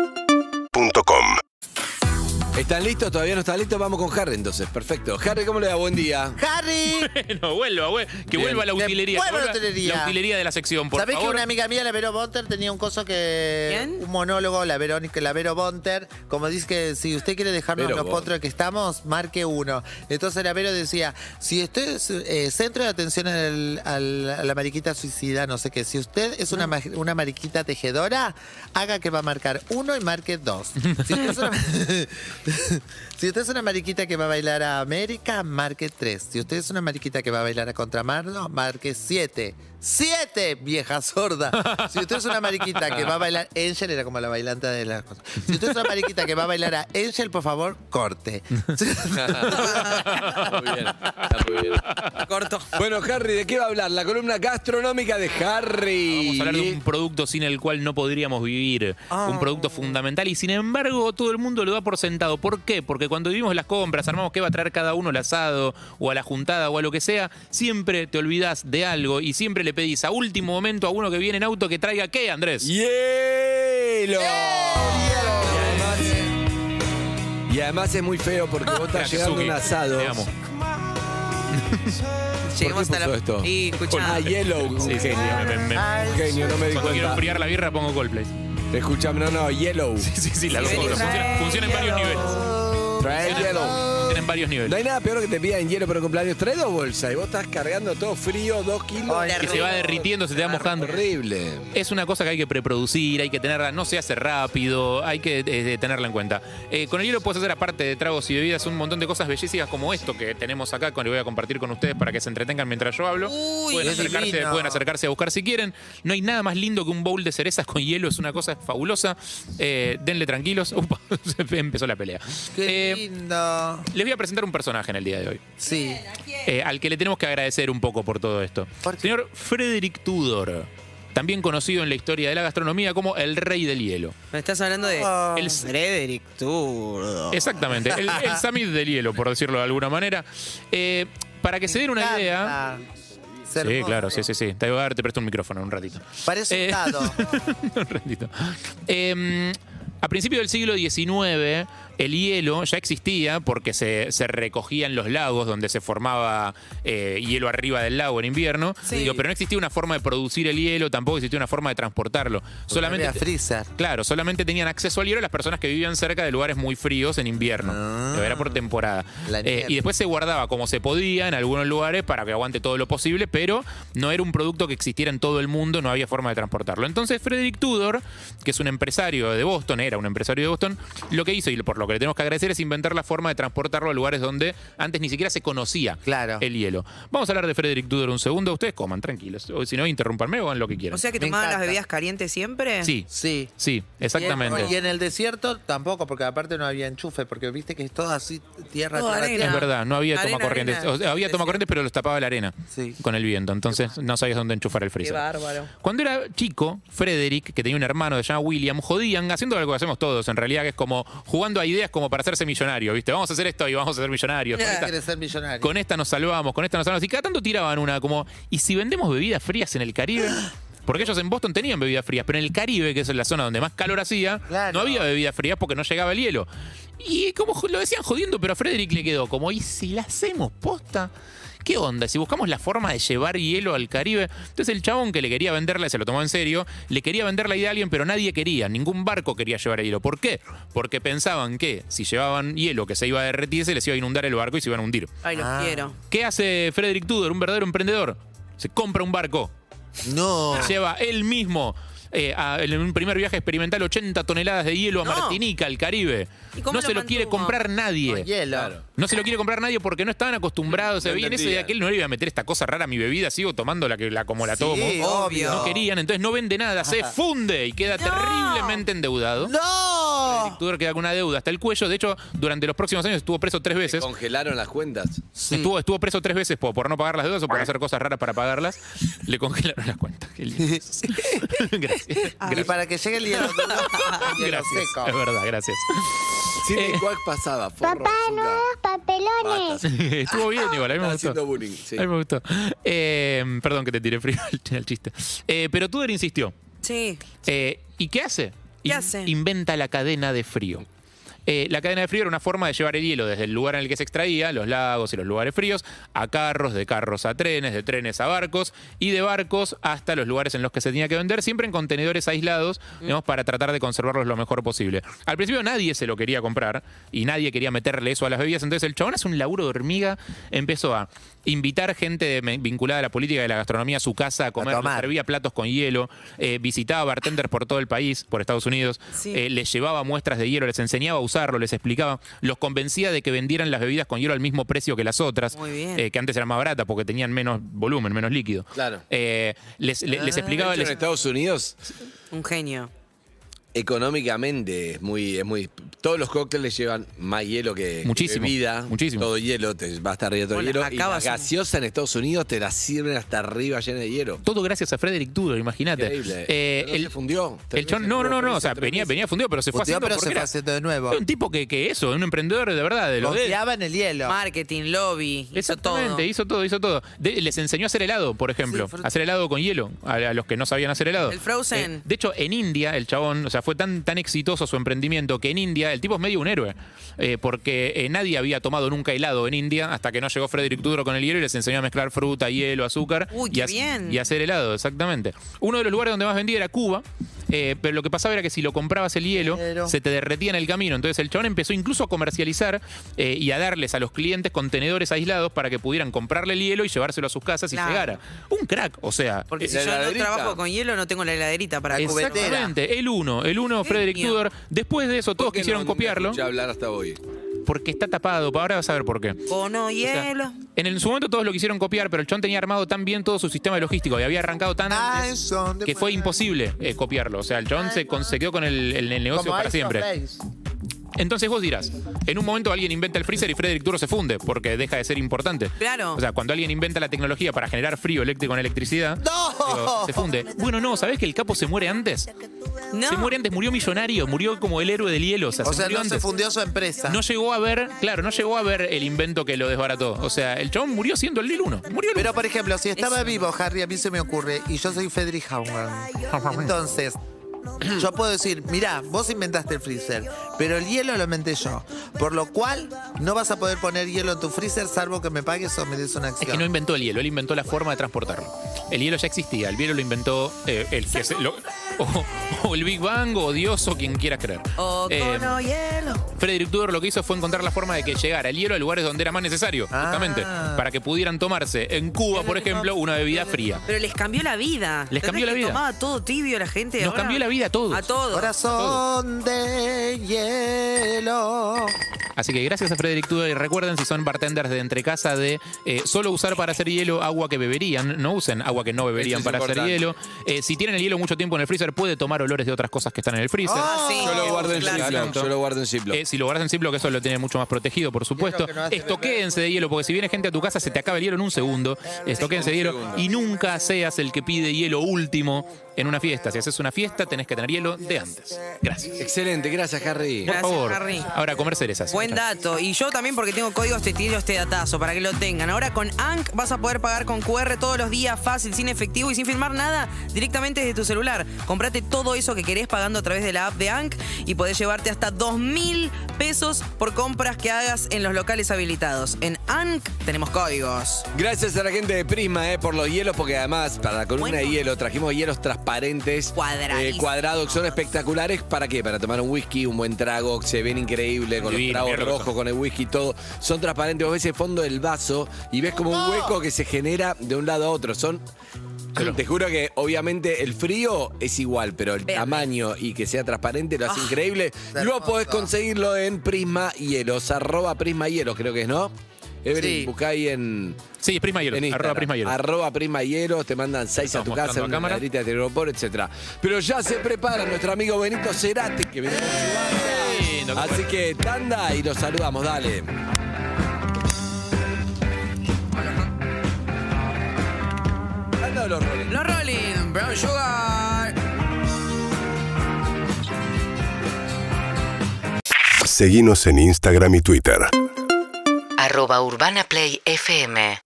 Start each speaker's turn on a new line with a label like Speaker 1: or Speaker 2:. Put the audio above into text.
Speaker 1: UrbanaPlayFM.com
Speaker 2: ¿Están listos? ¿Todavía no están listos? Vamos con Harry entonces. Perfecto. Harry, ¿cómo le da? Buen día.
Speaker 3: Harry,
Speaker 4: Bueno, vuelva, vuel- que
Speaker 2: Bien.
Speaker 4: vuelva la
Speaker 3: Que
Speaker 4: utilería. que
Speaker 3: vuelva la
Speaker 4: vuelva
Speaker 3: utilería.
Speaker 4: la utilería de la sección, por
Speaker 3: ¿sabés que
Speaker 4: favor.
Speaker 3: una amiga mía, la Vero Bonter, tenía un coso que.
Speaker 5: ¿Quién?
Speaker 3: Un monólogo, la Verónica, la Vero Bonter. Como dice que si usted quiere dejarnos
Speaker 2: Vero
Speaker 3: los
Speaker 2: Bonter.
Speaker 3: potros que estamos, marque uno. Entonces la Vero decía: si usted es eh, centro de atención al- al- a la mariquita suicida, no sé qué, si usted es una, ma- una mariquita tejedora, haga que va a marcar uno y marque dos. Si usted es una, si usted es una mariquita que va a bailar a América, marque tres. Si usted es una mariquita que va a bailar a Contramarno, marque siete. ¡Siete, vieja sorda! Si usted es una mariquita que va a bailar... Angel era como la bailante de las cosas. Si usted es una mariquita que va a bailar a Angel, por favor, corte.
Speaker 4: Eh,
Speaker 2: Muy bien. Está muy bien.
Speaker 5: Corto.
Speaker 2: Bueno, Harry, ¿de qué va a hablar? La columna gastronómica de Harry.
Speaker 4: Ah, Vamos a hablar de un producto sin el cual no podríamos vivir.
Speaker 3: Ah.
Speaker 4: Un producto fundamental y sin embargo todo el mundo lo da por sentado. ¿Por qué? Porque cuando vivimos las compras, armamos qué va a traer cada uno el asado o a la juntada o a lo que sea, siempre te olvidás de algo y siempre le pedís a último momento a uno que viene en auto que traiga qué, Andrés.
Speaker 2: ¡Hielo! eh, Y además es muy feo porque vos estás llegando a un
Speaker 4: Katsuki.
Speaker 2: asado.
Speaker 4: Te amo.
Speaker 2: ¿Por
Speaker 5: Llegamos
Speaker 2: qué
Speaker 5: hasta
Speaker 2: puso
Speaker 5: la.
Speaker 2: esto?
Speaker 5: Y escuchá.
Speaker 2: Ah, Yellow.
Speaker 4: Sí,
Speaker 2: un
Speaker 4: sí,
Speaker 2: genio. Ah,
Speaker 4: me- me- me-
Speaker 2: Un genio, no me di
Speaker 4: Cuando quiero
Speaker 2: cuenta.
Speaker 4: enfriar la birra pongo Coldplay.
Speaker 2: Escuchame, no, no, Yellow.
Speaker 4: Sí, sí, sí, la
Speaker 5: Sí,
Speaker 4: locura.
Speaker 5: sí.
Speaker 4: Funciona, funciona en varios niveles.
Speaker 2: Trae el Yellow.
Speaker 4: Funciona en varios
Speaker 2: No
Speaker 4: niveles.
Speaker 2: hay nada peor que te pidan hielo para cumpleaños. Trae dos bolsas y vos estás cargando todo frío, dos kilos.
Speaker 5: Ay,
Speaker 4: Que
Speaker 5: qué
Speaker 4: se va derritiendo, se te va mojando.
Speaker 2: Horrible.
Speaker 4: Es una cosa que hay que preproducir, hay que tenerla, no se hace rápido, hay que eh, tenerla en cuenta. Eh, con el hielo puedes hacer, aparte de tragos y bebidas, un montón de cosas bellísimas como esto que tenemos acá, que le voy a compartir con ustedes para que se entretengan mientras yo hablo.
Speaker 5: Uy,
Speaker 4: pueden,
Speaker 3: es
Speaker 4: acercarse,
Speaker 3: divino.
Speaker 4: pueden acercarse a buscar si quieren. No hay nada más lindo que un bowl de cerezas con hielo, es una cosa fabulosa. Eh, denle tranquilos. Upa, empezó la pelea.
Speaker 3: ¡Qué
Speaker 4: Eh,
Speaker 3: lindo!
Speaker 4: les voy a presentar un personaje en el día de hoy.
Speaker 3: Sí.
Speaker 4: Eh, al que le tenemos que agradecer un poco por todo esto.
Speaker 3: ¿Por qué?
Speaker 4: Señor Frederick Tudor, también conocido en la historia de la gastronomía como el rey del hielo.
Speaker 5: Me estás hablando de.
Speaker 4: El-
Speaker 5: Frederick Turdo.
Speaker 4: Exactamente, el, el Samid del hielo, por decirlo de alguna manera. Eh, para que se den una
Speaker 3: Canta.
Speaker 4: idea.
Speaker 3: Ah, Es
Speaker 4: Sí,
Speaker 3: hermoso.
Speaker 4: claro, sí, sí, sí. Te voy a dar, te presto un micrófono un ratito.
Speaker 3: Parece un
Speaker 4: Eh,
Speaker 3: dado.
Speaker 4: un ratito. Eh, a principios del siglo XIX, el hielo ya existía porque se, se recogía en los lagos donde se formaba eh, hielo arriba del lago en invierno.
Speaker 5: Sí.
Speaker 4: Digo, pero no existía una forma de producir el hielo, tampoco existía una forma de transportarlo.
Speaker 3: Solamente.
Speaker 4: Solamente,
Speaker 3: freezer.
Speaker 4: Claro, solamente tenían acceso al hielo las personas que vivían cerca de lugares muy fríos en invierno. Pero Era por temporada.
Speaker 3: Ah. La
Speaker 4: Eh,
Speaker 3: nieve.
Speaker 4: y después se guardaba como se podía en algunos lugares para que aguante todo lo posible, pero no era un producto que existiera en todo el mundo, no había forma de transportarlo. Entonces Frederick Tudor, que es un empresario de Boston, era un empresario de Boston, lo que hizo y por lo que le tenemos que agradecer es inventar la forma de transportarlo a lugares donde antes ni siquiera se conocía
Speaker 3: Claro.
Speaker 4: el hielo. Vamos a hablar de Frederick Tudor un segundo. Ustedes coman, tranquilos. O si no, interrumpanme o hagan lo que quieran.
Speaker 5: O sea que
Speaker 3: Me
Speaker 5: tomaban las
Speaker 3: encanta.
Speaker 5: bebidas calientes siempre.
Speaker 4: sí,
Speaker 3: Sí.
Speaker 4: sí,
Speaker 3: Y
Speaker 4: exactamente.
Speaker 3: en, y en el desierto tampoco, porque aparte no había enchufe, porque viste que es todo así, tierra,
Speaker 5: Todo
Speaker 3: tierra,
Speaker 5: arena.
Speaker 4: Es
Speaker 3: tierra.
Speaker 4: verdad, no había
Speaker 5: Arena,
Speaker 4: tomacorrientes.
Speaker 5: arena.
Speaker 4: O sea, había tomacorrientes, pero los tapaba la arena
Speaker 3: Sí.
Speaker 4: con el viento. Entonces no sabías dónde enchufar el freezer.
Speaker 5: Qué bárbaro.
Speaker 4: Cuando era chico, Frederick, que tenía un hermano que se llama William, jodían haciendo algo que hacemos todos, en realidad, que es como jugando a ideas como para hacerse millonario, ¿viste? Vamos a hacer esto y vamos a ser millonarios. Con
Speaker 5: Ah.
Speaker 4: esta,
Speaker 3: Quiere ser millonario.
Speaker 4: con esta nos salvamos, con esta nos salvamos. Y cada tanto tiraban una como, ¿y si vendemos bebidas frías en el Caribe? Porque ellos en Boston tenían bebidas frías, pero en el Caribe, que es la zona donde más calor hacía,
Speaker 3: Claro.
Speaker 4: no había bebidas frías porque no llegaba el hielo. Y como jo- lo decían jodiendo, pero a Frederick le quedó como, ¿y si la hacemos posta? ¿Qué onda? Si buscamos la forma de llevar hielo al Caribe. Entonces el chabón que le quería venderla, se lo tomó en serio, le quería vender la idea a alguien, pero nadie quería, ningún barco quería llevar hielo. ¿Por qué? Porque pensaban que si llevaban hielo que se iba a derretir, se les iba a inundar el barco y se iban a hundir.
Speaker 5: Ay, los
Speaker 3: Ah.
Speaker 5: quiero.
Speaker 4: ¿Qué hace Frederick Tudor, un verdadero emprendedor? Se compra un barco,
Speaker 3: No.
Speaker 5: Ah.
Speaker 4: lleva él mismo eh, a- en un primer viaje experimental 80 toneladas de hielo a
Speaker 5: No.
Speaker 4: Martinica, al Caribe.
Speaker 5: ¿Y
Speaker 4: No
Speaker 5: cómo
Speaker 4: se
Speaker 5: lo
Speaker 4: lo quiere
Speaker 5: mantuvo?
Speaker 4: comprar
Speaker 3: Con
Speaker 4: nadie.
Speaker 3: hielo.
Speaker 4: No se lo quiere comprar nadie porque no estaban acostumbrados. Se
Speaker 2: No
Speaker 4: veían eso de
Speaker 2: entendían.
Speaker 4: aquel, no le iba a meter esta cosa rara a mi bebida, sigo tomando la, que, la como la
Speaker 3: Sí,
Speaker 4: tomo.
Speaker 3: obvio.
Speaker 4: No querían, entonces no vende nada, se funde y queda terriblemente endeudado.
Speaker 3: ¡No!
Speaker 4: Tudor queda con una deuda hasta el cuello. De hecho, durante los próximos años estuvo preso tres veces.
Speaker 2: Congelaron las cuentas.
Speaker 4: Estuvo, estuvo preso tres veces po- por, no pagar las deudas o por hacer cosas raras para pagarlas. Le congelaron las cuentas. Qué lindo. gracias.
Speaker 3: Y para que llegue el hielo, duro, hielo
Speaker 4: Gracias.
Speaker 3: seco.
Speaker 4: Es verdad, gracias.
Speaker 2: Sidney
Speaker 4: Eh.
Speaker 2: Quack pasaba. forro,
Speaker 6: Papá, no
Speaker 2: azúcar.
Speaker 6: hagas papelones.
Speaker 2: Basta.
Speaker 4: Estuvo bien, igual. A mí me
Speaker 2: Estaba
Speaker 4: gustó.
Speaker 2: haciendo bullying. sí.
Speaker 4: A mí me gustó. Eh, perdón que te tiré frío al al chiste. Eh, pero Tudor insistió.
Speaker 5: Sí.
Speaker 4: Eh, ¿Y qué hace?
Speaker 5: ¿Qué
Speaker 4: In-
Speaker 5: hace?
Speaker 4: Inventa la cadena de frío. Eh, la cadena de frío era una forma de llevar el hielo desde el lugar en el que se extraía, los lagos y los lugares fríos, a carros, de carros a trenes, de trenes a barcos y de barcos hasta los lugares en los que se tenía que vender, siempre en contenedores aislados,
Speaker 5: Mm.
Speaker 4: digamos, para tratar de conservarlos lo mejor posible. Al principio nadie se lo quería comprar y nadie quería meterle eso a las bebidas, entonces el chabón hace un laburo de hormiga, empezó a invitar gente de- me- vinculada a la política de la gastronomía a su casa a comer, les
Speaker 3: tomar.
Speaker 4: servía platos con hielo, eh, visitaba bartenders por todo el país, por Estados Unidos,
Speaker 5: Sí.
Speaker 4: eh, les llevaba muestras de hielo, les enseñaba a usarlo, les explicaba, los convencía de que vendieran las bebidas con hielo al mismo precio que las otras,
Speaker 5: Muy bien.
Speaker 4: eh, que antes eran más baratas porque tenían menos volumen, menos líquido.
Speaker 2: Claro.
Speaker 4: Eh, les, le- les
Speaker 5: Ah.
Speaker 4: explicaba...
Speaker 2: en
Speaker 4: les-
Speaker 2: Estados Unidos,
Speaker 5: Un genio.
Speaker 2: económicamente, es muy, es muy. Todos los cócteles llevan más hielo que, que
Speaker 4: Muchísimo,
Speaker 2: bebida.
Speaker 4: muchísimo.
Speaker 2: Todo hielo, te va hasta arriba todo
Speaker 5: Bueno,
Speaker 2: hielo. Y la
Speaker 5: acabas un-
Speaker 2: gaseosa en Estados Unidos te la sirven hasta arriba llena de hielo.
Speaker 4: todo gracias a Frederick Tudor, imagínate.
Speaker 2: Increíble.
Speaker 4: Eh,
Speaker 2: Pero no se fundió.
Speaker 4: el chon- no, no, no, no, o sea,
Speaker 2: Tres meses.
Speaker 4: venía, venía fundido, pero se fue
Speaker 3: Fundió,
Speaker 4: haciendo
Speaker 3: pero
Speaker 4: porque
Speaker 3: se fue
Speaker 4: era-
Speaker 3: haciendo de nuevo.
Speaker 4: era un tipo que, que eso, un emprendedor de verdad, de los de-
Speaker 3: Confiaba en el hielo.
Speaker 5: Marketing, lobby. Hizo
Speaker 4: Exactamente,
Speaker 5: todo.
Speaker 4: hizo todo, hizo todo. De- les enseñó a hacer helado, por ejemplo.
Speaker 3: Sí, fruta.
Speaker 4: hacer helado con hielo, a, a los que no sabían hacer helado.
Speaker 5: El Frozen.
Speaker 4: Eh, de hecho, en India, el chabón, o sea, fue tan, tan exitoso su emprendimiento que en India el tipo es medio un héroe. Eh, porque eh, nadie había tomado nunca helado en India hasta que no llegó Frederick Tudor con el hielo y les enseñó a mezclar fruta, hielo, azúcar
Speaker 5: Uy,
Speaker 4: y,
Speaker 5: qué
Speaker 4: hac-
Speaker 5: bien.
Speaker 4: y hacer helado, exactamente. Uno de los lugares donde más vendía era Cuba. eh, pero lo que pasaba era que si lo comprabas el hielo,
Speaker 3: Pero-
Speaker 4: se te derretía en el camino. Entonces el chabón empezó incluso a comercializar eh, y a darles a los clientes contenedores aislados para que pudieran comprarle el hielo y llevárselo a sus casas
Speaker 5: Claro.
Speaker 4: y llegara. Un crack, o sea.
Speaker 5: Porque
Speaker 2: Eh,
Speaker 5: si
Speaker 2: la
Speaker 5: yo no
Speaker 2: heladerita.
Speaker 5: trabajo con hielo, no tengo la heladerita para cubrir.
Speaker 4: Exactamente, el uno, el uno, Frederick
Speaker 5: Genio.
Speaker 4: Tudor. Después de eso,
Speaker 2: ¿Por
Speaker 4: todos
Speaker 2: qué
Speaker 4: quisieron
Speaker 2: no- nunca
Speaker 4: copiarlo
Speaker 2: escuché hablar hasta hoy.
Speaker 4: porque está tapado. Ahora vas a ver por qué.
Speaker 5: Con o hielo.
Speaker 4: En, el- en su momento todos lo quisieron copiar, pero el Chon tenía armado tan bien todo su sistema logístico y había arrancado tan
Speaker 3: Ay,
Speaker 4: antes
Speaker 3: son Ah, de
Speaker 4: que fue
Speaker 3: buena-
Speaker 4: imposible eh, copiarlo. O sea, el Chon se, con- se quedó con el, el- el negocio
Speaker 3: Como
Speaker 4: para
Speaker 3: Ice
Speaker 4: siempre.
Speaker 3: of Base.
Speaker 4: Entonces vos dirás, en un momento alguien inventa el freezer y Frederick Duro se funde porque deja de ser importante.
Speaker 5: Claro.
Speaker 4: O sea, cuando alguien inventa la tecnología para generar frío eléctrico con electricidad, digo,
Speaker 3: ¡No!
Speaker 4: se funde. Bueno, no, ¿sabés que el capo se muere antes?
Speaker 5: No.
Speaker 4: Se muere antes, murió millonario, murió como el héroe del hielo. O sea,
Speaker 3: O
Speaker 4: se
Speaker 3: sea,
Speaker 4: murió
Speaker 3: no se
Speaker 4: antes.
Speaker 3: fundió su empresa.
Speaker 4: No llegó a ver, claro, no llegó a ver el invento que lo desbarató. O sea, el chabón murió siendo el Lil 1. Murió el
Speaker 3: Pero, por ejemplo, si estaba vivo Harry, a mí se me ocurre, y yo soy Frederick Howard. Entonces, yo puedo decir, mirá, vos inventaste el freezer, pero el hielo lo inventé yo. Por lo cual, no vas a poder poner hielo en tu freezer, salvo que me pagues o me des una
Speaker 4: Es
Speaker 3: acción.
Speaker 4: que no inventó el hielo, él inventó la forma de transportarlo. El hielo ya existía, el hielo lo inventó eh, el que se- lo- o, o el Big Bang o Dios o quien quieras creer.
Speaker 5: O
Speaker 4: Eh,
Speaker 5: con o hielo.
Speaker 4: Frederick Tudor lo que hizo fue encontrar la forma de que llegara el hielo a lugares donde era más necesario,
Speaker 3: Ah.
Speaker 4: justamente, para que pudieran tomarse en Cuba, por ejemplo, una bebida fría.
Speaker 5: Pero les cambió la vida.
Speaker 4: Les
Speaker 5: ¿Entendés
Speaker 4: cambió la
Speaker 5: que
Speaker 4: vida.
Speaker 5: Tomaba todo tibio la gente.
Speaker 4: Nos
Speaker 5: ahora?
Speaker 4: cambió la vida a todos.
Speaker 5: A todos.
Speaker 3: Corazón de hielo.
Speaker 4: Así que gracias a Frederick Tudor y recuerden si son bartenders de entrecasa de eh, solo usar para hacer hielo agua que beberían, no usen agua que no beberían
Speaker 2: es
Speaker 4: para hacer
Speaker 2: importante.
Speaker 4: hielo. Eh, si tienen el hielo mucho tiempo en el freezer puede tomar olores de otras cosas que están en el freezer.
Speaker 5: Ah, sí.
Speaker 2: Yo lo guardo en
Speaker 5: Claro.
Speaker 2: Ziploc. Yo lo guardo en Ziploc.
Speaker 4: Eh, si lo guardas en Ziploc, eso lo tiene mucho más protegido, por supuesto.
Speaker 3: que no hace
Speaker 4: Estoquéense de hielo, porque si viene gente a tu casa, se te acaba el hielo en un segundo. Estoquéense de hielo. Y nunca seas el que pide hielo último en una fiesta. Si haces una fiesta, tenés que tener hielo de antes. Gracias.
Speaker 2: Excelente, gracias, Harry.
Speaker 4: Por
Speaker 5: Gracias,
Speaker 4: favor.
Speaker 5: Harry.
Speaker 4: Ahora, comer cerezas.
Speaker 5: Buen dato. Y yo también porque tengo códigos te tiro este datazo para que lo tengan. Ahora con ANC vas a poder pagar con QR todos los días, fácil, sin efectivo y sin firmar nada, directamente desde tu celular. Comprate todo eso que querés pagando a través de la app de ANC y podés llevarte hasta 2 mil pesos por compras que hagas en los locales habilitados. En ANC tenemos códigos.
Speaker 2: Gracias a la gente de Prisma eh, por los hielos, porque además para la columna de
Speaker 5: Bueno.
Speaker 2: hielo trajimos hielos transparentes, eh,
Speaker 5: Cuadradísimos.
Speaker 2: cuadrados, que son espectaculares. ¿Para qué? Para tomar un whisky, un buen trago, se ven increíble con
Speaker 4: Divino,
Speaker 2: los
Speaker 4: mirá lo
Speaker 2: tragos
Speaker 4: que
Speaker 2: rojos,
Speaker 4: son.
Speaker 2: con el whisky, todo. Son transparentes, vos ves el fondo del vaso y ves como un hueco que se genera de un lado a otro. Son.
Speaker 4: Pero-
Speaker 2: Te juro que obviamente el frío es igual, pero el
Speaker 5: Verde. Ah,
Speaker 2: tamaño y que sea transparente lo hace increíble. Lo
Speaker 3: hermoso.
Speaker 2: podés conseguirlo en Prisma Hielos, arroba Prisma Hielos, creo que es, ¿no? Evelyn,
Speaker 3: Sí.
Speaker 2: buscá ahí en,
Speaker 4: Sí, es Prisma Hielo.
Speaker 2: en Instagram.
Speaker 4: Arroba Prisma Hielo.
Speaker 2: Arroba Prisma Hielo, te mandan seis a
Speaker 4: Estamos
Speaker 2: tu casa,
Speaker 4: mostrando a
Speaker 2: una
Speaker 4: cámara.
Speaker 2: ladrita de aeropuerto, etc. Pero ya se prepara nuestro amigo Benito Cerati, que viene con su banda.
Speaker 4: Lindo, qué
Speaker 2: Así
Speaker 4: bueno.
Speaker 2: que tanda y los saludamos, dale. Tanda o los roles.
Speaker 5: Los Rolling, Brown Sugar.
Speaker 1: Seguinos en Instagram y Twitter.
Speaker 6: arroba urbanaplayfm